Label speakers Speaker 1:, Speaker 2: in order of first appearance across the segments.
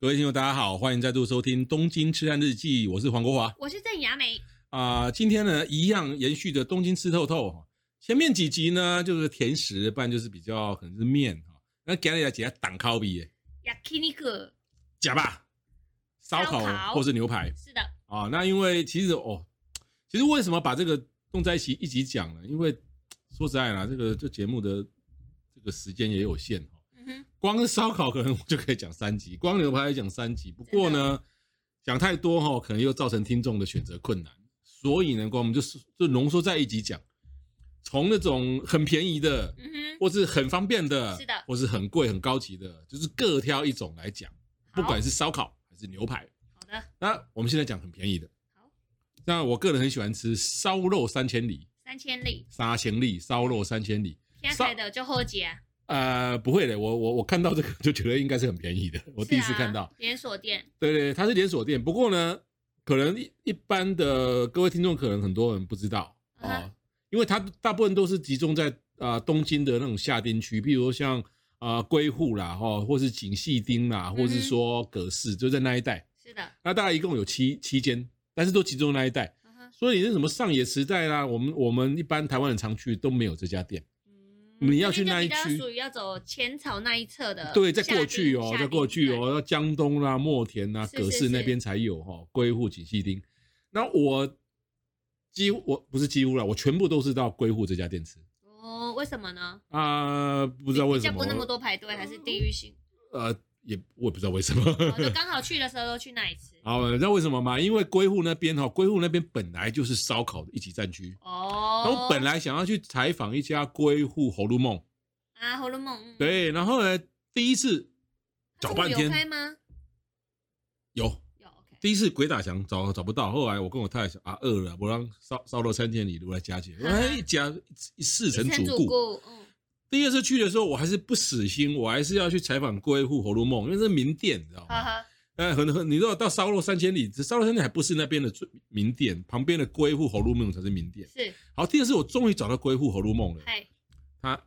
Speaker 1: 各位听众，大家好，欢迎再度收听《东京痴汉日记》，我是黄国华
Speaker 2: 我是郑雅美，
Speaker 1: 啊、今天呢，一样延续着《东京吃透透》哈。前面几集呢，就是甜食，不然就是比较可能是面哈。那今日来讲挡烤比耶，
Speaker 2: 雅 i n i 哥，
Speaker 1: 假吧，烧烤
Speaker 2: 烧烤
Speaker 1: 或是牛排
Speaker 2: 是的，
Speaker 1: 啊。那因为其实哦，其实为什么把这个弄在一起一起讲呢？因为说实在啦，这个这节目的这个时间也有限哈。
Speaker 2: 嗯哼，
Speaker 1: 光是烧烤可能我就可以讲三 集，光牛排也讲三集。不过呢，讲太多哈、可能又造成听众的选择困难。所以呢，光我们就是就浓缩在一集讲，从那种很便宜的，
Speaker 2: 嗯
Speaker 1: 或是很方便的，
Speaker 2: 是的
Speaker 1: 或是很贵很高级的，就是各挑一种来讲，不
Speaker 2: 哼，
Speaker 1: 管
Speaker 2: 好
Speaker 1: 是烧烤还是牛排。
Speaker 2: 好的，
Speaker 1: 那我们现在讲很便宜的
Speaker 2: 好。
Speaker 1: 那我个人很喜欢吃烧肉三千里、
Speaker 2: 三千里，
Speaker 1: 沙千里、烧肉三千里。
Speaker 2: 天
Speaker 1: 上
Speaker 2: 才的就后姐啊，
Speaker 1: 呃，不会的，我我我看到这个就觉得应该是很便宜的，我第一次
Speaker 2: 是啊
Speaker 1: 看到。
Speaker 2: 连锁店，
Speaker 1: 对对，它是连锁店。不过呢，可能一一般的各位听众可能很多人不知道
Speaker 2: 嗯
Speaker 1: 啊、
Speaker 2: 哼
Speaker 1: 哦因为它大部分都是集中在啊、呃东京的那种下町区，譬如说像啊、呃龟户啦，哈、或是锦细町啦，或是说葛饰，就在那一带。
Speaker 2: 是的，
Speaker 1: 那大概一共有七七间，但是都集中那一带。
Speaker 2: 嗯哼，
Speaker 1: 所以那什么上野时代啦，我们我们一般台湾人常去都没有这家店。
Speaker 2: 嗯
Speaker 1: 你要去
Speaker 2: 这边
Speaker 1: 那一
Speaker 2: 就比
Speaker 1: 区
Speaker 2: 较属于要走浅草那一侧的下町，
Speaker 1: 对，在过去哦
Speaker 2: 下，町
Speaker 1: 在过去，哦，江东啦、墨田啦、
Speaker 2: 是
Speaker 1: 葛
Speaker 2: 是
Speaker 1: 饰那
Speaker 2: 是
Speaker 1: 边才有哈、哦，龟户锦溪町。那我几乎我不是几乎啦，我全部都是到龟户这家店吃
Speaker 2: 对哦，为什么呢？
Speaker 1: 啊、不知道为
Speaker 2: 比
Speaker 1: 什
Speaker 2: 较
Speaker 1: 么
Speaker 2: 不那么多排队，还是地域 性，
Speaker 1: 呃，也我也不知道为什么。
Speaker 2: 哦就刚好去的时候都去那里吃，
Speaker 1: 好，你知道为什么吗？因为龟户那边哈、哦，龟户那边本来就是烧烤的一级战区。然后
Speaker 2: 哦，
Speaker 1: 本来想要去采访一家龟户红鹿梦，
Speaker 2: 啊，红楼梦，嗯，
Speaker 1: 对，然后呢，第一次找
Speaker 2: 它中午
Speaker 1: 半
Speaker 2: 有开
Speaker 1: 天
Speaker 2: 吗？
Speaker 1: 有
Speaker 2: 有，OK，
Speaker 1: 第一次鬼打墙找找不到，后来我跟我太太想啊饿了，我让烧烧肉三千里卤来加起来，我哎加一四成主
Speaker 2: 主
Speaker 1: 顾。
Speaker 2: 顾，嗯，
Speaker 1: 第二次去的时候，我还是不死心，我还是要去采访龟户《红楼梦》，因为这是名店，你知道
Speaker 2: 呵
Speaker 1: 吗？
Speaker 2: 呵，
Speaker 1: 哎，很很，你知道到烧肉三千里，烧肉三千里还不是那边的最名店，旁边的龟户《红楼梦》才是名店。
Speaker 2: 是，
Speaker 1: 好，第二次我终于找到龟户《红楼梦》了，
Speaker 2: 嗨，
Speaker 1: 他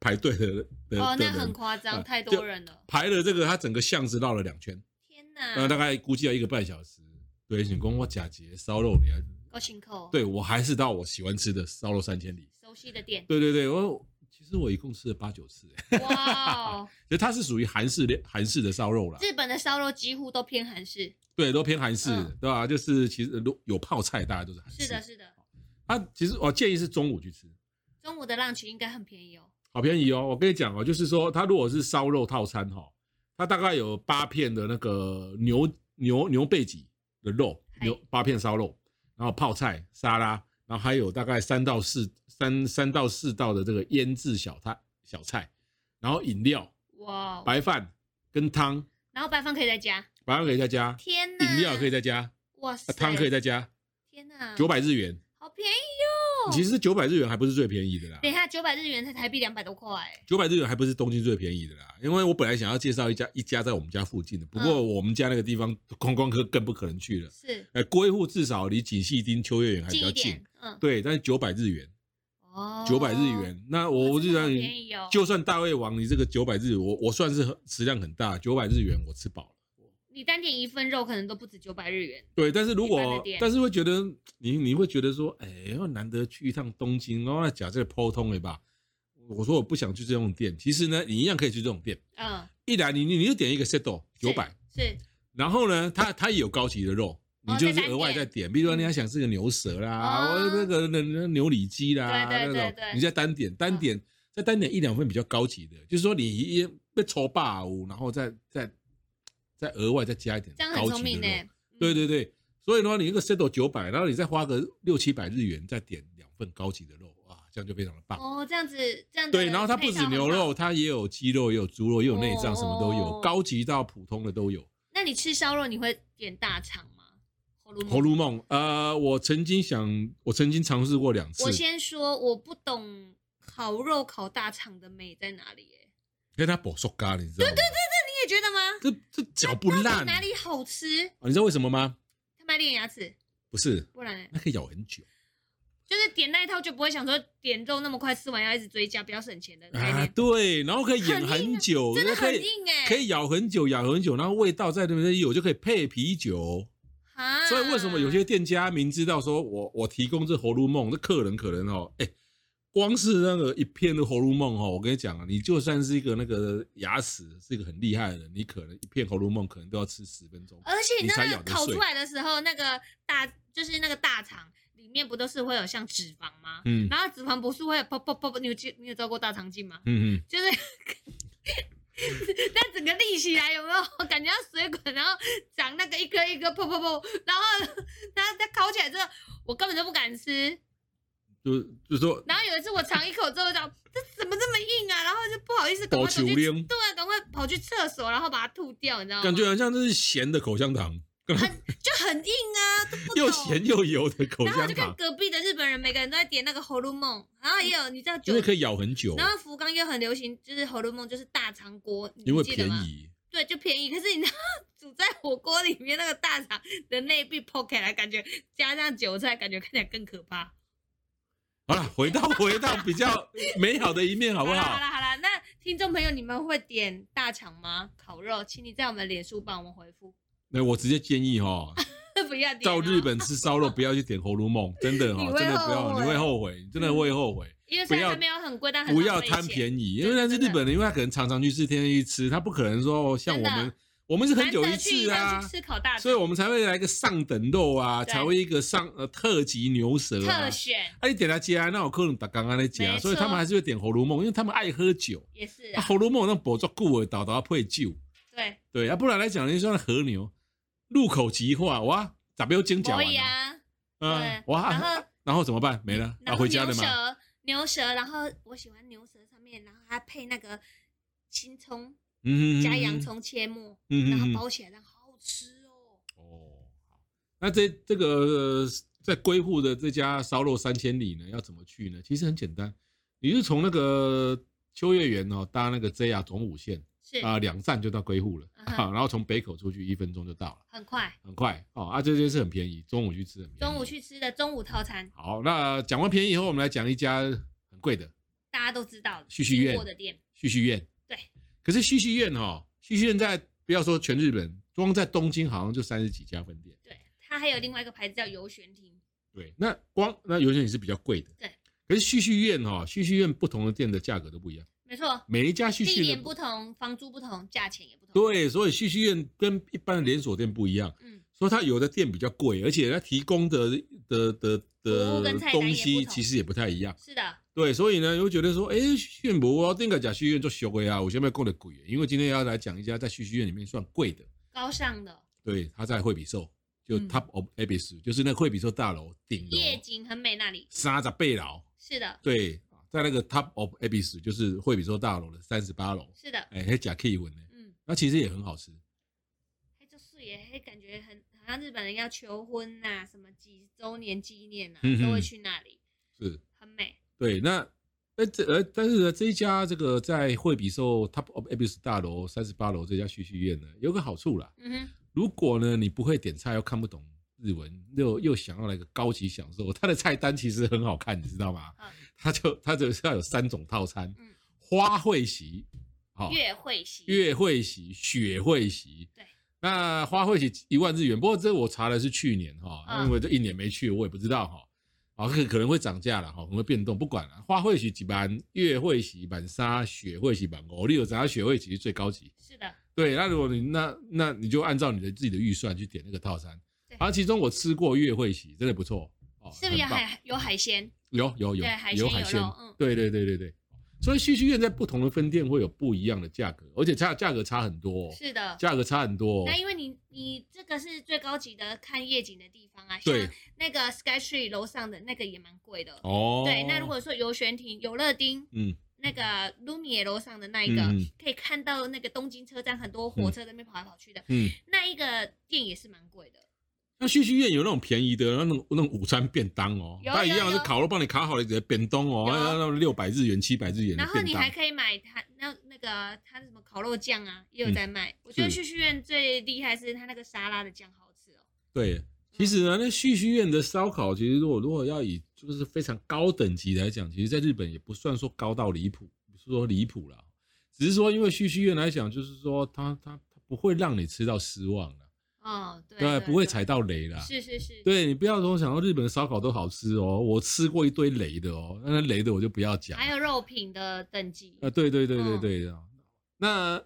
Speaker 1: 排队的的
Speaker 2: 哦，
Speaker 1: 的
Speaker 2: 那
Speaker 1: 人
Speaker 2: 很夸
Speaker 1: 啊
Speaker 2: 张，太
Speaker 1: 就
Speaker 2: 多人了。
Speaker 1: 排了这个，他整个巷子绕了两圈，
Speaker 2: 天哪，
Speaker 1: 呃，大概估计要一个半小时。对，你跟我假节烧肉，你还
Speaker 2: 够辛苦。，
Speaker 1: 对我还是到我喜欢吃的烧肉三千里。
Speaker 2: 熟悉的店，
Speaker 1: 对对对，我其实我一共吃了八九次，欸
Speaker 2: 哇哦，
Speaker 1: 就它是属于韩式的韩式的烧肉啦，
Speaker 2: 日本的烧肉几乎都偏韩式。
Speaker 1: 对，都偏韩式，
Speaker 2: 嗯
Speaker 1: 对吧？就是其实如有泡菜，大家都是韩式。
Speaker 2: 是的，，是的，
Speaker 1: 它其实我哦建议是中午去吃，
Speaker 2: 中午的浪群应该很便宜哦。
Speaker 1: 好便宜哦。我跟你讲哦，就是说它如果是烧肉套餐哈、哦，它大概有八片的那个牛牛牛背脊的肉，
Speaker 2: 嗨
Speaker 1: 牛八片烧肉，然后泡菜沙拉，然后还有大概三到四三三到四道的这个腌制小菜小菜，然后饮料
Speaker 2: 哇哦，
Speaker 1: 白饭跟汤，
Speaker 2: 然后白饭可以再加。
Speaker 1: 白饭可以再加，
Speaker 2: 天哪，
Speaker 1: 饮料可以。再加，
Speaker 2: 哇
Speaker 1: 啊
Speaker 2: 塞，
Speaker 1: 汤可以。再加，
Speaker 2: 天哪，
Speaker 1: 九百日元，
Speaker 2: 好便宜哦。
Speaker 1: 其实九百日元还不是最便宜的啦。
Speaker 2: 等一下，九百日元才台币两百多块。
Speaker 1: 九百日元还不是东京最便宜的啦，因为我本来想要介绍一家一家在我们家附近的，不过
Speaker 2: 嗯
Speaker 1: 我们家那个地方观光客更不可能去了。
Speaker 2: 是
Speaker 1: 呃，龟户至少离锦细町、秋叶原还比
Speaker 2: 近
Speaker 1: 较
Speaker 2: 一
Speaker 1: 近
Speaker 2: 点，，嗯，
Speaker 1: 对，但是九百日元，
Speaker 2: 哦，
Speaker 1: 九百日元，那我
Speaker 2: 哇
Speaker 1: 我
Speaker 2: 真
Speaker 1: 就
Speaker 2: 的好
Speaker 1: 让
Speaker 2: 便
Speaker 1: 你，
Speaker 2: 宜哦。
Speaker 1: 就算大胃王，你这个九百日，我我算是很食量很大，九百日元我吃饱了。
Speaker 2: 你单点一份肉可能都不止九百日元。
Speaker 1: 对，但是如
Speaker 2: 一般
Speaker 1: 果
Speaker 2: 的店
Speaker 1: 但是会觉得你你会觉得说，哎，要难得去一趟东京，哦然后讲这个普通的吧。我说我不想去这种店，其实呢，你一样可以去这种店。
Speaker 2: 嗯，
Speaker 1: 一来你你你就点一个 set
Speaker 2: 是
Speaker 1: 九百，
Speaker 2: 是
Speaker 1: 然后呢，它它也有高级的肉，你
Speaker 2: 哦
Speaker 1: 就
Speaker 2: 再
Speaker 1: 是
Speaker 2: 单
Speaker 1: 额外
Speaker 2: 点
Speaker 1: 再点，比如说你要想吃个牛舌啦，
Speaker 2: 嗯哦
Speaker 1: 或者那个那那牛里脊啦
Speaker 2: 对
Speaker 1: 那
Speaker 2: 对
Speaker 1: 种
Speaker 2: 对，嗯对
Speaker 1: 你再单点单点再单点一两份比较高级的，就是说你一被抽霸五，然后再再再额外再加一点
Speaker 2: 这样很
Speaker 1: 高
Speaker 2: 聪
Speaker 1: 级
Speaker 2: 明
Speaker 1: 的
Speaker 2: 呢嗯
Speaker 1: 肉，。对对对，所以呢，你一个 set 九百，然后你再花个六七百日元再点两份高级的肉，哇，这样就非常的棒。
Speaker 2: 哦，这样子，这样子
Speaker 1: 对，然后它不
Speaker 2: 配
Speaker 1: 止
Speaker 2: 套
Speaker 1: 牛
Speaker 2: 很好
Speaker 1: 肉，它也有鸡肉，也有猪肉，也有内脏，
Speaker 2: 哦
Speaker 1: 什么都有，
Speaker 2: 哦
Speaker 1: 高级到普通的都有。
Speaker 2: 那你吃烧肉你会点大肠吗？喉咙
Speaker 1: 《红楼梦》呃，我曾经想，我曾经尝试过两次
Speaker 2: 我，先说，我不懂烤肉烤大肠的美在哪里、耶
Speaker 1: 跟它薄塑咖，你知道吗？
Speaker 2: 你也觉得吗？
Speaker 1: 这这脚不烂哦
Speaker 2: 哪里好吃？
Speaker 1: 啊你知道为什么吗？
Speaker 2: 他卖练牙齿，
Speaker 1: 不是，
Speaker 2: 不然呢
Speaker 1: 那可以咬很久。
Speaker 2: 就是点那一套就不会想说点肉那么快吃完要一直追加，不要省钱的概
Speaker 1: 啊，
Speaker 2: 念，
Speaker 1: 对，然后可以演
Speaker 2: 很硬
Speaker 1: 很
Speaker 2: 啊
Speaker 1: 久，
Speaker 2: 真的
Speaker 1: 可
Speaker 2: 很
Speaker 1: 以
Speaker 2: 硬哎、
Speaker 1: 可以咬很久，咬很久，然后味道在那边有，就可以配啤酒。
Speaker 2: 啊
Speaker 1: 所以为什么有些店家明知道说我我提供这喉咙梦，那客人可能哦，哎、光是那个一片的喉咙梦哦，我跟你讲啊，你就算是一个那个牙齿是一个很厉害的人，你可能一片喉咙梦可能都要吃十分钟。
Speaker 2: 而且你知道
Speaker 1: 你才
Speaker 2: 那
Speaker 1: 咬
Speaker 2: 个
Speaker 1: 得
Speaker 2: 烤
Speaker 1: 碎
Speaker 2: 出来的时候，那个大就是那个大肠里面不都是会有像脂肪吗？
Speaker 1: 嗯
Speaker 2: 然后脂肪不是会砰砰砰砰，你有记你有照过大肠镜吗？
Speaker 1: 嗯嗯，
Speaker 2: 就是那整个立起来有没有？感觉像水管，然后长那个一颗一颗砰砰砰，然后它它烤起来之后，我根本就不敢吃。
Speaker 1: 就就说
Speaker 2: 然后有一次我尝一口之后，就这怎么这么硬啊？然后就不好意思，赶
Speaker 1: 倒
Speaker 2: 快走
Speaker 1: 球
Speaker 2: 去，
Speaker 1: 零，
Speaker 2: 对啊，赶快跑去厕所，然后把它吐掉，你知道吗？
Speaker 1: 感觉好像这是咸的口香糖，
Speaker 2: 就很硬啊，都不
Speaker 1: 又
Speaker 2: 懂
Speaker 1: 咸又油的口
Speaker 2: 然后我
Speaker 1: 香
Speaker 2: 就看
Speaker 1: 糖，
Speaker 2: 隔壁的日本人，每个人都在点那个喉咙梦，然后也有你知道
Speaker 1: 因
Speaker 2: 酒
Speaker 1: 为，可以咬很久，
Speaker 2: 然后福冈又很流行，就是喉咙梦就是大肠锅，你
Speaker 1: 因为
Speaker 2: 记得
Speaker 1: 便
Speaker 2: 吗？
Speaker 1: 宜。
Speaker 2: 对，就便宜。可是你知道煮在火锅里面那个大肠的内壁剖开来，感觉加上韭菜，感觉看起来更可怕。
Speaker 1: 好了，回到回到比较美好的一面，好
Speaker 2: 好
Speaker 1: 不
Speaker 2: 啦好
Speaker 1: 好？
Speaker 2: 啦好啦，那听众朋友，你们会点大肠吗？烤肉，请你在我们脸书帮我们回复。
Speaker 1: 那我直接建议哦哈，
Speaker 2: 不要点、哦
Speaker 1: 到日，本吃烧肉，不要去点喉咙梦，真的哈、
Speaker 2: 你
Speaker 1: 哦，
Speaker 2: 会
Speaker 1: 真的不
Speaker 2: 后
Speaker 1: 要，
Speaker 2: 悔
Speaker 1: 你会后悔，你真的会后悔。
Speaker 2: 因为虽
Speaker 1: 不
Speaker 2: 然
Speaker 1: 要
Speaker 2: 它没有很贵，但很
Speaker 1: 不要
Speaker 2: 浪费
Speaker 1: 贪
Speaker 2: 钱
Speaker 1: 便宜，因
Speaker 2: 真
Speaker 1: 为
Speaker 2: 的
Speaker 1: 但是日本人，因为他可能常常去吃，天天去吃，他不可能说哦像我
Speaker 2: 真
Speaker 1: 们
Speaker 2: 的，
Speaker 1: 我们是很
Speaker 2: 难
Speaker 1: 久
Speaker 2: 得去
Speaker 1: 次
Speaker 2: 趟
Speaker 1: 啊
Speaker 2: 去，吃烤大肠，
Speaker 1: 所以我们才会来个上等肉啊，
Speaker 2: 对
Speaker 1: 才会一个上呃特级牛舌啊
Speaker 2: 特。选
Speaker 1: 啊，你点他家，那我客人打刚刚在家，
Speaker 2: 没
Speaker 1: 啊所以他们
Speaker 2: 错
Speaker 1: 还是会点喉咙梦，因为他们爱喝酒，
Speaker 2: 也是
Speaker 1: 啊、
Speaker 2: 啊，
Speaker 1: 喉咙梦那补足固耳，倒倒配酒。
Speaker 2: 对，
Speaker 1: 对，啊，不然来讲，你说那和牛入口即化，哇，咋没有精讲
Speaker 2: 可
Speaker 1: 完
Speaker 2: 以
Speaker 1: 啊？
Speaker 2: 啊，
Speaker 1: 嗯，
Speaker 2: 对
Speaker 1: 哇，
Speaker 2: 然后
Speaker 1: 啊然后怎么办？没了，啊，
Speaker 2: 然后
Speaker 1: 回家
Speaker 2: 牛
Speaker 1: 了嘛。
Speaker 2: 舌，牛舌，然后我喜欢牛舌上面，然后还配那个青葱，
Speaker 1: 嗯
Speaker 2: 加洋，葱切末，
Speaker 1: 嗯
Speaker 2: 然后
Speaker 1: 嗯嗯
Speaker 2: 包起来，然后好好吃哦。
Speaker 1: 哦，好，那这这个呃在龟户的这家烧肉三千里呢，要怎么去呢？其实很简单，你是从那个秋叶原哦搭那个 JR 总武线
Speaker 2: 是，
Speaker 1: 啊，两站就到龟户了，
Speaker 2: 嗯哼
Speaker 1: 啊，然后从北口出去一分钟就到了，
Speaker 2: 很快。
Speaker 1: 很快哦啊，这件事很便宜，中午去吃很便宜。
Speaker 2: 中午。去吃的中午套餐，
Speaker 1: 好，那讲完便宜以后，我们来讲一家很贵的
Speaker 2: 大家都知道的，
Speaker 1: 旭旭苑
Speaker 2: 经过的店，
Speaker 1: 旭旭苑。
Speaker 2: 对，
Speaker 1: 可是旭旭苑哈、哦，旭旭苑在不要说全日本，光在东京好像就三十几家分店。
Speaker 2: 对，它还有另外一个牌子叫游旋亭，
Speaker 1: 对，那光那有些也是比较贵的。
Speaker 2: 对，
Speaker 1: 可是旭旭苑哈、旭旭苑不同的店的价格都不一样，
Speaker 2: 没错，
Speaker 1: 每一家旭
Speaker 2: 地
Speaker 1: 旭
Speaker 2: 点
Speaker 1: 苑
Speaker 2: 不同，房租不同，价钱也不同。，
Speaker 1: 对，所以旭旭苑跟一般的连锁店不一样，
Speaker 2: 嗯，
Speaker 1: 所以它有的店比较贵，而且它提供的的的
Speaker 2: 服务
Speaker 1: 的
Speaker 2: 跟菜单也不
Speaker 1: 东西
Speaker 2: 同
Speaker 1: 其实也不太一样。
Speaker 2: 是的，
Speaker 1: 对，所以呢，又觉得说，哎，旭旭苑不我定个假旭旭苑做小贵啊，我现在供的贵，因为今天要来讲一家在旭旭苑里面算贵的，
Speaker 2: 高尚的
Speaker 1: 对，它在惠比寿，就
Speaker 2: 嗯
Speaker 1: Top of Abyss，、就是那个惠比寿大楼顶楼
Speaker 2: 夜景很美，那里
Speaker 1: 三十倍楼。
Speaker 2: 是的，
Speaker 1: 对，啊在那个 Top of Abyss，就是惠比寿大楼的三十八楼，
Speaker 2: 是的，
Speaker 1: 哎，那假 K 文呢，
Speaker 2: 嗯，
Speaker 1: 那其实也很好吃。
Speaker 2: 还就是耶，还感觉很好像日本人要求婚呐、什么几周年纪念呐、
Speaker 1: 嗯哼
Speaker 2: 都会去那里，
Speaker 1: 是，
Speaker 2: 很美。
Speaker 1: 对，那呃这呃，但是呢，这一家这个在惠比寿 Top of Abyss 大楼三十八楼这家旭旭苑呢，有个好处啦，
Speaker 2: 嗯哼，
Speaker 1: 如果呢你不会点菜又看不懂。日文又又想要来个高级享受，它的菜单其实很好看，你知道吗？
Speaker 2: 嗯
Speaker 1: 它就它只要有三种套餐
Speaker 2: 嗯，
Speaker 1: 花卉席，好、
Speaker 2: 月会席，
Speaker 1: 月会席、雪会席。
Speaker 2: 对，
Speaker 1: 那花卉席一万日元，不过这我查的是去年哈，
Speaker 2: 嗯
Speaker 1: 因为这一年没去，我也不知道哈。啊，可可能会涨价了哈，可能会变动，不管了。花卉席几班，月会席板沙，雪会席板五六，咱家雪会席是最高级。
Speaker 2: 是的，
Speaker 1: 对，那如果你那那你就按照你的自己的预算去点那个套餐。
Speaker 2: 对
Speaker 1: 然后其中我吃过月会席，真的不错哦，
Speaker 2: 是不是有
Speaker 1: 很棒
Speaker 2: 海有海鲜？
Speaker 1: 有有有
Speaker 2: 对海鲜
Speaker 1: 有
Speaker 2: 有
Speaker 1: 海鲜
Speaker 2: 肉嗯，
Speaker 1: 对对对对对。所以旭旭苑在不同的分店会有不一样的价格，而且差价格差很多、哦。
Speaker 2: 是的。
Speaker 1: 价格差很多、哦
Speaker 2: 那。因为你你这个是最高级的看夜景的地方啊，像
Speaker 1: 对
Speaker 2: 那个 Sky Tree 楼上的那个也蛮贵的。
Speaker 1: 哦，
Speaker 2: 对，那如果说游旋亭、游乐町
Speaker 1: 嗯
Speaker 2: 那个 Lumi 楼上的那一个，
Speaker 1: 嗯嗯
Speaker 2: 可以看到那个东京车站很多火车在那边跑来跑去的，
Speaker 1: 嗯，
Speaker 2: 那一个店也是蛮贵的。
Speaker 1: 那旭旭苑有那种便宜的，那种那种午餐便当哦，
Speaker 2: 有
Speaker 1: 它一样
Speaker 2: 有
Speaker 1: 是
Speaker 2: 有
Speaker 1: 烤肉帮你烤好了，直接便当哦，
Speaker 2: 有
Speaker 1: 那那六百日元、七百日元的
Speaker 2: 然后
Speaker 1: 便
Speaker 2: 你还
Speaker 1: 当。
Speaker 2: 可以买它那那个它什么烤肉酱啊，也有在卖。我觉得
Speaker 1: 嗯是
Speaker 2: 旭旭苑最厉害是它那个沙拉的酱好吃哦，
Speaker 1: 对，其实呢，那旭旭苑的烧烤，其实如果如果要以就是非常高等级来讲，其实在日本也不算说高到离谱，不是说离谱啦，只是说因为旭旭苑来讲，就是说它它它不会让你吃到失望啦，
Speaker 2: 哦，对，
Speaker 1: 对，啊不会踩到雷啦。
Speaker 2: 是是是，
Speaker 1: 啊对你不要说想到日本的烧烤都好吃哦，我吃过一堆雷的哦，那雷的我就不要讲了。
Speaker 2: 还有嗯肉品的等级，
Speaker 1: 啊，对对对对对的。那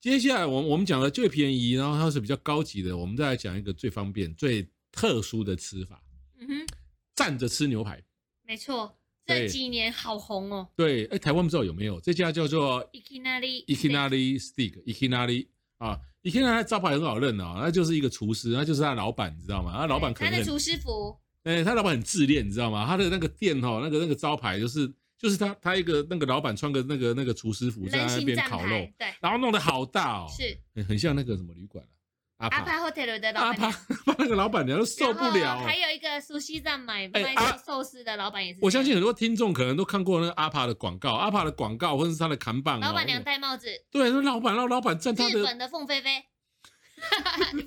Speaker 1: 接下来我们我们讲了最便宜，然后它是比较高级的，我们再来讲一个最方便、最特殊的吃法
Speaker 2: 嗯哼，
Speaker 1: ——站着吃牛排。
Speaker 2: 没错，
Speaker 1: 对
Speaker 2: 这几年好红哦
Speaker 1: 对，哎，台湾不知道有没有这家叫做
Speaker 2: i k i n a r i
Speaker 1: Ikinari Steak Ikinari 啊，Ikinari 它招牌很好认哦，那就是一个厨师，那就是他老板，你知道吗？他老板可
Speaker 2: 他
Speaker 1: 能
Speaker 2: 的
Speaker 1: 很
Speaker 2: 厨师服，
Speaker 1: 哎、他老板很自恋，你知道吗？他的那个店哈、那个那个招牌就是就是他他一个那个老板穿个那个那个厨师服在
Speaker 2: 人
Speaker 1: 那
Speaker 2: 形
Speaker 1: 边
Speaker 2: 站
Speaker 1: 烤肉
Speaker 2: 牌，，对，
Speaker 1: 然后弄得好大哦，
Speaker 2: 是
Speaker 1: 很很像那个什么旅馆啊，阿
Speaker 2: 阿
Speaker 1: 帕
Speaker 2: 帕 hotel 的 老
Speaker 1: 阿
Speaker 2: 板
Speaker 1: 帕
Speaker 2: 娘，
Speaker 1: 阿帕那个老板娘都受不了哦
Speaker 2: 然后还有一个熟悉站买
Speaker 1: 哎
Speaker 2: 卖
Speaker 1: 啊
Speaker 2: 寿司的老板也是这样，
Speaker 1: 我相信很多听众可能都看过那个阿帕的广告，阿帕的广告或者是他的扛棒、哦，
Speaker 2: 老板娘戴帽子，
Speaker 1: 对，说老板让老板站他
Speaker 2: 日
Speaker 1: 的
Speaker 2: 本的凤飞飞，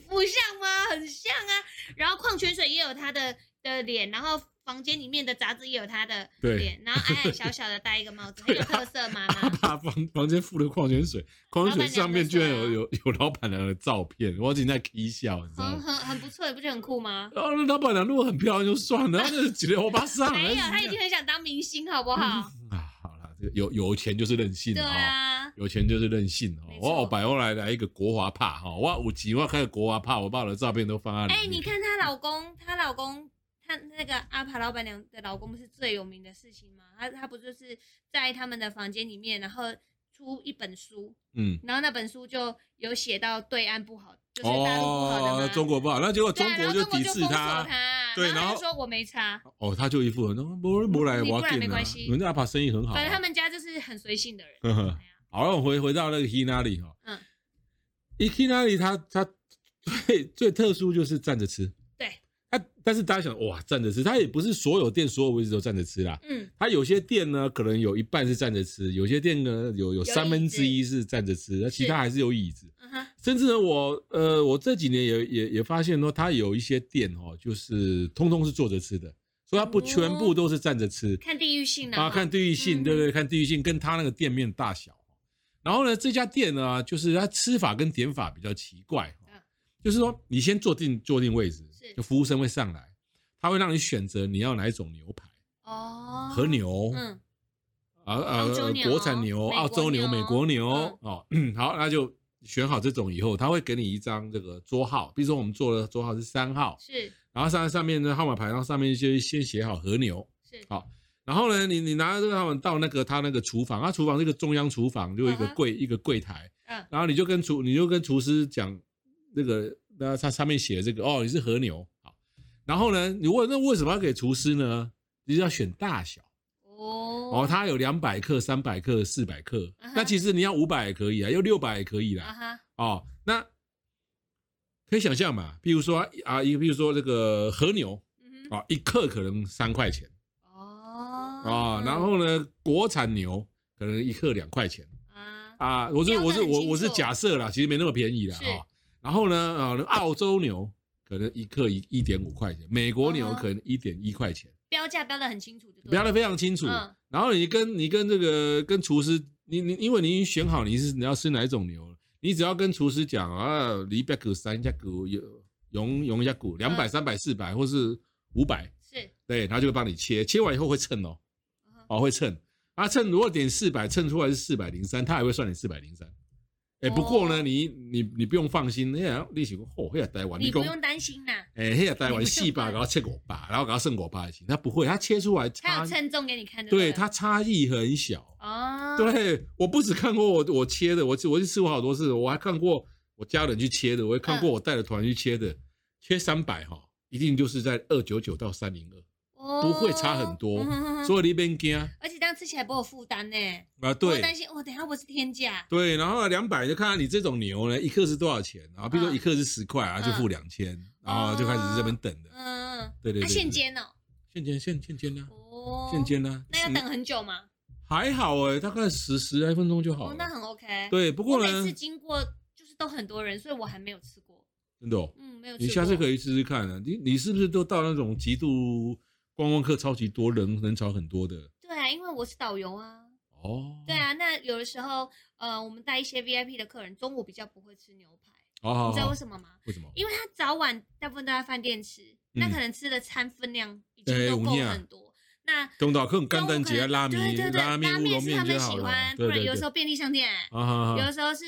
Speaker 2: 不像吗？很像啊。然后矿泉水也有他的的脸，然后房间里面的杂志也有他的
Speaker 1: 对
Speaker 2: 脸，然后矮矮小小的戴一个帽子，很有特色妈
Speaker 1: 阿
Speaker 2: 妈。
Speaker 1: 帕房房间附的矿泉水，矿泉水上面居然有
Speaker 2: 老板娘
Speaker 1: 有有老板娘的照片，我今天在 k 笑，你知道吗
Speaker 2: 嗯很？很很不错，你不觉得很酷吗？
Speaker 1: 然后那老板娘如果很漂亮就算 了，她那几个欧巴桑，
Speaker 2: 没有，他
Speaker 1: 她啊是
Speaker 2: 一
Speaker 1: 这
Speaker 2: 定
Speaker 1: 样
Speaker 2: 很想当明星，好 不好？
Speaker 1: 啊，好了，这个有有钱就是哦任性
Speaker 2: 对
Speaker 1: 哈、
Speaker 2: 啊，
Speaker 1: 有钱就是任性哦
Speaker 2: 没。
Speaker 1: 我
Speaker 2: 错
Speaker 1: 后百欧来来一个国华帕哈，我五级我开个国华帕，我把我的照片都放在里面。
Speaker 2: 哎，你看她老公，她老公，她那个阿帕老板娘的老公不是最有名的事情吗？他他不就是在他们的房间里面，然后出一本书，
Speaker 1: 嗯，
Speaker 2: 然后那本书就有写到对岸不好，就是大陆不好的嘛、
Speaker 1: 哦中国不好，那结果
Speaker 2: 对
Speaker 1: 中
Speaker 2: 啊
Speaker 1: 国
Speaker 2: 然后
Speaker 1: 抵
Speaker 2: 中国
Speaker 1: 制
Speaker 2: 封锁
Speaker 1: 他。
Speaker 2: 他，
Speaker 1: 对
Speaker 2: 然
Speaker 1: 然
Speaker 2: 后
Speaker 1: 后
Speaker 2: 他就说我没差，
Speaker 1: 哦，他就一副那不不来
Speaker 2: 你
Speaker 1: 我
Speaker 2: 不然
Speaker 1: 要
Speaker 2: 没
Speaker 1: 进啊
Speaker 2: 关系，
Speaker 1: 人家阿帕生意很好啊。
Speaker 2: 反正他们家就是很随性的人。
Speaker 1: 呵呵
Speaker 2: 哎呀
Speaker 1: 好，那我回回到那个 Hinari 哈，
Speaker 2: 嗯
Speaker 1: ，Ikinari 它它最最特殊就是站着吃，
Speaker 2: 对，
Speaker 1: 它但是大家想哇站着吃，它也不是所有店所有位置都站着吃啦，
Speaker 2: 嗯，
Speaker 1: 它有些店呢可能有一半是站着吃，有些店呢有有
Speaker 2: 子
Speaker 1: 三分之一是站着吃，那其他还是有椅子，
Speaker 2: 嗯哼，
Speaker 1: 甚至呢我呃我这几年也也也发现呢，它有一些店哦就是通通是坐着吃的，所以它不
Speaker 2: 哦
Speaker 1: 全部都是站着吃，
Speaker 2: 看地域性
Speaker 1: 啊，看地域性，
Speaker 2: 嗯
Speaker 1: 对不对？看地域性跟它那个店面大小。然后呢，这家店呢，就是它吃法跟点法比较奇怪哦
Speaker 2: 嗯，
Speaker 1: 就是说你先坐定坐定位置
Speaker 2: 是，
Speaker 1: 就服务生会上来，他会让你选择你要哪一种牛排，
Speaker 2: 哦，
Speaker 1: 和，牛，
Speaker 2: 嗯，
Speaker 1: 啊啊
Speaker 2: 澳洲，牛
Speaker 1: 国产牛、
Speaker 2: 美国
Speaker 1: 澳洲牛、
Speaker 2: 牛
Speaker 1: 美国牛
Speaker 2: 嗯
Speaker 1: 哦， 好，那就选好这种以后，他会给你一张这个桌号，比如说我们做的桌号是三号，
Speaker 2: 是
Speaker 1: 然后上上面呢号码牌，然后上面就先写好和牛，
Speaker 2: 是，
Speaker 1: 好然后呢，你你拿着这个他们到那个他那个厨房，他厨房是一个中央厨房，就一个
Speaker 2: 嗯哼
Speaker 1: 柜、一个柜台，
Speaker 2: 嗯，
Speaker 1: 然后你就跟厨你就跟厨师讲那个那他上面写的这个哦，你是和牛好，然后呢，你问那为什么要给厨师呢？就是要选大小
Speaker 2: 哦
Speaker 1: 哦，它有两百克、三百克、四百克
Speaker 2: 嗯哼，
Speaker 1: 那其实你要五百也可以啊，要六百也可以
Speaker 2: 啊
Speaker 1: 啦
Speaker 2: 哈，
Speaker 1: 哦，那可以想象嘛，比如说啊，一比如说这个和牛
Speaker 2: 嗯哼，
Speaker 1: 啊，一克可能三块钱。
Speaker 2: 哦，
Speaker 1: 啊，然后呢，国产牛可能一克两块钱
Speaker 2: 啊，
Speaker 1: 啊，我是
Speaker 2: 标得
Speaker 1: 我是
Speaker 2: 很
Speaker 1: 我
Speaker 2: 清
Speaker 1: 我是
Speaker 2: 楚
Speaker 1: 假设啦，其实没那么便宜啦
Speaker 2: 是
Speaker 1: 啊。然后呢，啊，澳洲牛可能一克一一点五块钱，美国牛
Speaker 2: 嗯哼
Speaker 1: 可能一点一块钱，
Speaker 2: 标价标的很清楚就对了，
Speaker 1: 标的非常清楚
Speaker 2: 嗯。
Speaker 1: 然后你跟你跟这个跟厨师，你你因为你已经选好你是你要吃哪一种牛了，你只要跟厨师讲啊，一百股三加股有用用一下股两百三百四百或是五百，
Speaker 2: 是，
Speaker 1: 对，他就会帮你切，切完以后会称哦。
Speaker 2: 嗯哼
Speaker 1: 哦，会称啊，称如果点四百，称出来是四百零三，他还会算你四百零三。哎，不过呢，
Speaker 2: 哦
Speaker 1: 你你你不用放心，那样你想哦，那也台湾，
Speaker 2: 你
Speaker 1: 讲
Speaker 2: 不用担心啦，
Speaker 1: 哎，那也台湾四
Speaker 2: 你不
Speaker 1: 百，
Speaker 2: 用
Speaker 1: 然后切五百，然后给他剩五百行，他不会，他切出来
Speaker 2: 他
Speaker 1: 差
Speaker 2: 有，称重给你看就
Speaker 1: 对
Speaker 2: 了
Speaker 1: 他差异很小。
Speaker 2: 哦，
Speaker 1: 对我不止看过我我切的，我我去吃过好多次，我还看过我家人去切的，我也看
Speaker 2: 嗯
Speaker 1: 过我带着团去切的，切三百哈，一定就是在二九九到三零二，
Speaker 2: 哦，
Speaker 1: 不会差很多
Speaker 2: 嗯哼哼哼
Speaker 1: 所以你别惊
Speaker 2: 而且这样吃起来不会有负担呢，
Speaker 1: 啊，
Speaker 2: 不
Speaker 1: 对
Speaker 2: 会。担心哦，等一下我是天价，
Speaker 1: 对，然后两百就看看你这种牛呢，一克是多少钱啊？比如说
Speaker 2: 嗯
Speaker 1: 一克是十块啊，就付两千，然后就开始这边等的。
Speaker 2: 嗯，
Speaker 1: 对对
Speaker 2: 那
Speaker 1: 对，
Speaker 2: 现煎哦，
Speaker 1: 对，现金现现金呢？
Speaker 2: 哦，
Speaker 1: 现，金呢？
Speaker 2: 那要
Speaker 1: 嗯
Speaker 2: 等很久吗？
Speaker 1: 还好哎，大概十十来分钟就好
Speaker 2: 哦，那
Speaker 1: 了。
Speaker 2: 很 OK。，
Speaker 1: 对，不
Speaker 2: 我
Speaker 1: 过
Speaker 2: 每次
Speaker 1: 呢，
Speaker 2: 经过就是都很多人，所以我还没有吃过。
Speaker 1: 真的哦。
Speaker 2: 嗯，没有吃过。
Speaker 1: 你下次可以试试看啊。你你是不是都到那种极度观光客超级多人人潮很多的？
Speaker 2: 对啊，因为我是导游啊。
Speaker 1: 哦，
Speaker 2: 对，啊，那有的时候，呃，我们带一些 VIP 的客人，中午比较不会吃牛排，
Speaker 1: 好好
Speaker 2: 你知道
Speaker 1: 好
Speaker 2: 为，什么吗？
Speaker 1: 为什么？
Speaker 2: 因为他早晚大部分都在饭店吃，那
Speaker 1: 嗯
Speaker 2: 可能吃的餐分量已
Speaker 1: 哎
Speaker 2: 经都
Speaker 1: 有
Speaker 2: 够
Speaker 1: 影啊
Speaker 2: 很多。那
Speaker 1: 东岛客
Speaker 2: 中
Speaker 1: 干
Speaker 2: 午
Speaker 1: 蛋
Speaker 2: 可能
Speaker 1: 节啊、拉
Speaker 2: 对对
Speaker 1: 面、
Speaker 2: 对，
Speaker 1: 拉面、乌龙
Speaker 2: 是他
Speaker 1: 面
Speaker 2: 们
Speaker 1: 就好
Speaker 2: 喜
Speaker 1: 了
Speaker 2: 欢
Speaker 1: 啊。，
Speaker 2: 不
Speaker 1: 对
Speaker 2: 然
Speaker 1: 对
Speaker 2: 有
Speaker 1: 对
Speaker 2: 时，候便利商店，
Speaker 1: 啊哈
Speaker 2: 有
Speaker 1: 哈
Speaker 2: 的时候是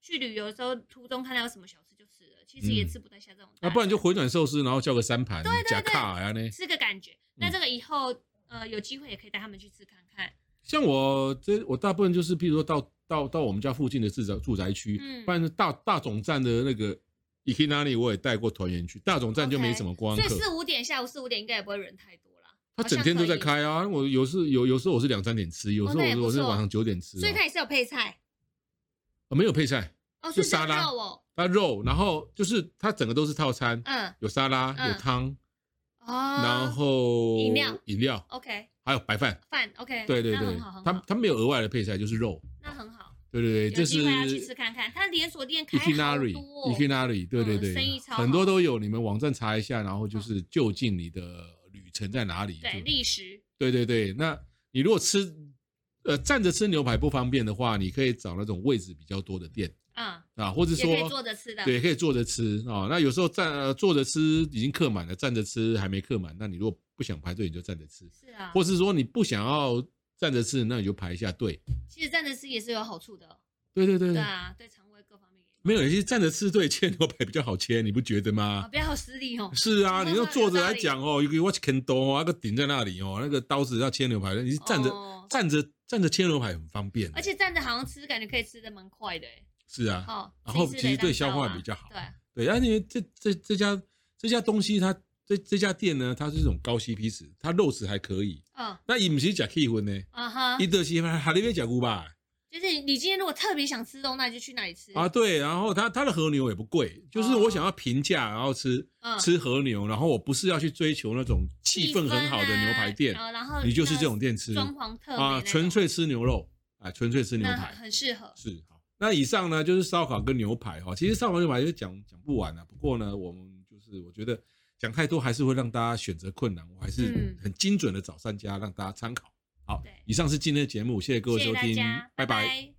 Speaker 2: 去旅游的时候途中看到有什么小吃就吃了，其实也
Speaker 1: 嗯
Speaker 2: 吃不太下这种大餐。
Speaker 1: 啊，不然就回转寿司，然后叫个三盘假卡呀呢。
Speaker 2: 吃个感觉。
Speaker 1: 嗯
Speaker 2: 那这个以后呃有机会也可以带他们去吃看看。
Speaker 1: 像我这我大部分就是，譬如说到到到我们家附近的住宅住宅区，
Speaker 2: 嗯
Speaker 1: 不然大大总站的那个 Ikinari 我也带过团员去，大总站就没什么观光
Speaker 2: 所以
Speaker 1: 客，
Speaker 2: 四五点下午四五点应该也不会人太多啦。
Speaker 1: 他
Speaker 2: 好
Speaker 1: 整
Speaker 2: 像
Speaker 1: 天都
Speaker 2: 可
Speaker 1: 在
Speaker 2: 以。
Speaker 1: 开啊。我有时有有时候我是两三点吃，有时候
Speaker 2: 哦那也不
Speaker 1: 我我是
Speaker 2: 错
Speaker 1: 晚上九点吃哦，
Speaker 2: 所以它也是有配菜
Speaker 1: 啊没有配菜，
Speaker 2: 哦，
Speaker 1: 就是沙拉
Speaker 2: 肉哦，
Speaker 1: 它肉，然后就是它整个都是套餐，
Speaker 2: 嗯，
Speaker 1: 有沙拉，
Speaker 2: 嗯
Speaker 1: 有汤，
Speaker 2: 哦，
Speaker 1: 然后
Speaker 2: 饮料
Speaker 1: 饮料，
Speaker 2: OK
Speaker 1: 还有白饭。
Speaker 2: 饭 OK，
Speaker 1: 对对
Speaker 2: 那
Speaker 1: 对
Speaker 2: 很好，很
Speaker 1: 它
Speaker 2: 好，
Speaker 1: 它没有额外的配菜，就是肉。
Speaker 2: 那很好，
Speaker 1: 对对对，
Speaker 2: 有
Speaker 1: 这
Speaker 2: 机
Speaker 1: 是
Speaker 2: 会要去吃看看。它连锁店开好
Speaker 1: Ikinari
Speaker 2: 多哦，
Speaker 1: Ikinari，对对
Speaker 2: 嗯生意
Speaker 1: 对，
Speaker 2: 超好嗯
Speaker 1: 很多都有，你们网站查一下，然后就是就近你的旅程在哪里。
Speaker 2: 对
Speaker 1: 就
Speaker 2: 历史
Speaker 1: 对对对，那你如果吃呃站着吃牛排不方便的话，你可以找那种位置比较多的店
Speaker 2: 嗯，
Speaker 1: 啊，或者
Speaker 2: 也可以坐
Speaker 1: 说
Speaker 2: 着吃的，
Speaker 1: 对，可以坐着吃啊。那有时候站呃坐着吃已经客满了，站着吃还没客满，那你如果不想排队，你就站着吃，
Speaker 2: 是啊，
Speaker 1: 或是说你不想要站着吃，那你就排一下队。
Speaker 2: 其实站着吃也是有好处的，哦
Speaker 1: 对对对
Speaker 2: 对
Speaker 1: 对，
Speaker 2: 啊，对肠胃各方面也
Speaker 1: 没有，其实站着吃对切牛排比较好切，你不觉得吗？
Speaker 2: 啊，不要好失礼哦，
Speaker 1: 是啊，
Speaker 2: 真的
Speaker 1: 你要
Speaker 2: 会
Speaker 1: 坐着
Speaker 2: 有道
Speaker 1: 来
Speaker 2: 理
Speaker 1: 讲哦，一个 watch can do 哦，那个顶在那里哦，那个刀子要切牛排，你是 站着、
Speaker 2: 哦
Speaker 1: 站着站着切牛排很方便的，
Speaker 2: 而且站着好像吃，感觉可以吃的蛮快的哎。
Speaker 1: 是啊，
Speaker 2: 哦，
Speaker 1: 然后
Speaker 2: 自己吃
Speaker 1: 其实
Speaker 2: 的
Speaker 1: 对
Speaker 2: 也
Speaker 1: 消
Speaker 2: 当
Speaker 1: 化
Speaker 2: 道啊
Speaker 1: 比较好
Speaker 2: 对，
Speaker 1: 对，而且这这这家这家东西它这这家店呢，它是这种高 CP 值，它肉质还可以，
Speaker 2: 嗯
Speaker 1: 那伊不是假气氛呢，
Speaker 2: 啊哈
Speaker 1: 伊，德西还里面假菇吧
Speaker 2: 就是你今天如果特别想吃肉，那你就去那里吃
Speaker 1: 啊，对，然后它它的和牛也不贵，就是我想要平价，然后吃。
Speaker 2: 嗯
Speaker 1: 吃和牛，然后我不是要去追求那种气氛很好的牛排店，
Speaker 2: 啊、然后
Speaker 1: 你就是
Speaker 2: 那
Speaker 1: 这种店吃
Speaker 2: 装潢特美
Speaker 1: 啊，
Speaker 2: 那种
Speaker 1: 纯粹吃牛肉，啊，纯粹吃牛
Speaker 2: 那
Speaker 1: 排
Speaker 2: 很适合。
Speaker 1: 是好。那以上呢就是烧烤跟牛排哈，其实烧烤牛排就讲讲不完了、啊不过呢，我们就是我觉得讲太多还是会让大家选择困难，我还是
Speaker 2: 嗯
Speaker 1: 很精准的找三家让大家参考。好
Speaker 2: 对，
Speaker 1: 以上是今天的节目，谢谢各位
Speaker 2: 谢
Speaker 1: 收
Speaker 2: 谢大
Speaker 1: 听，
Speaker 2: 家，
Speaker 1: 拜拜
Speaker 2: 拜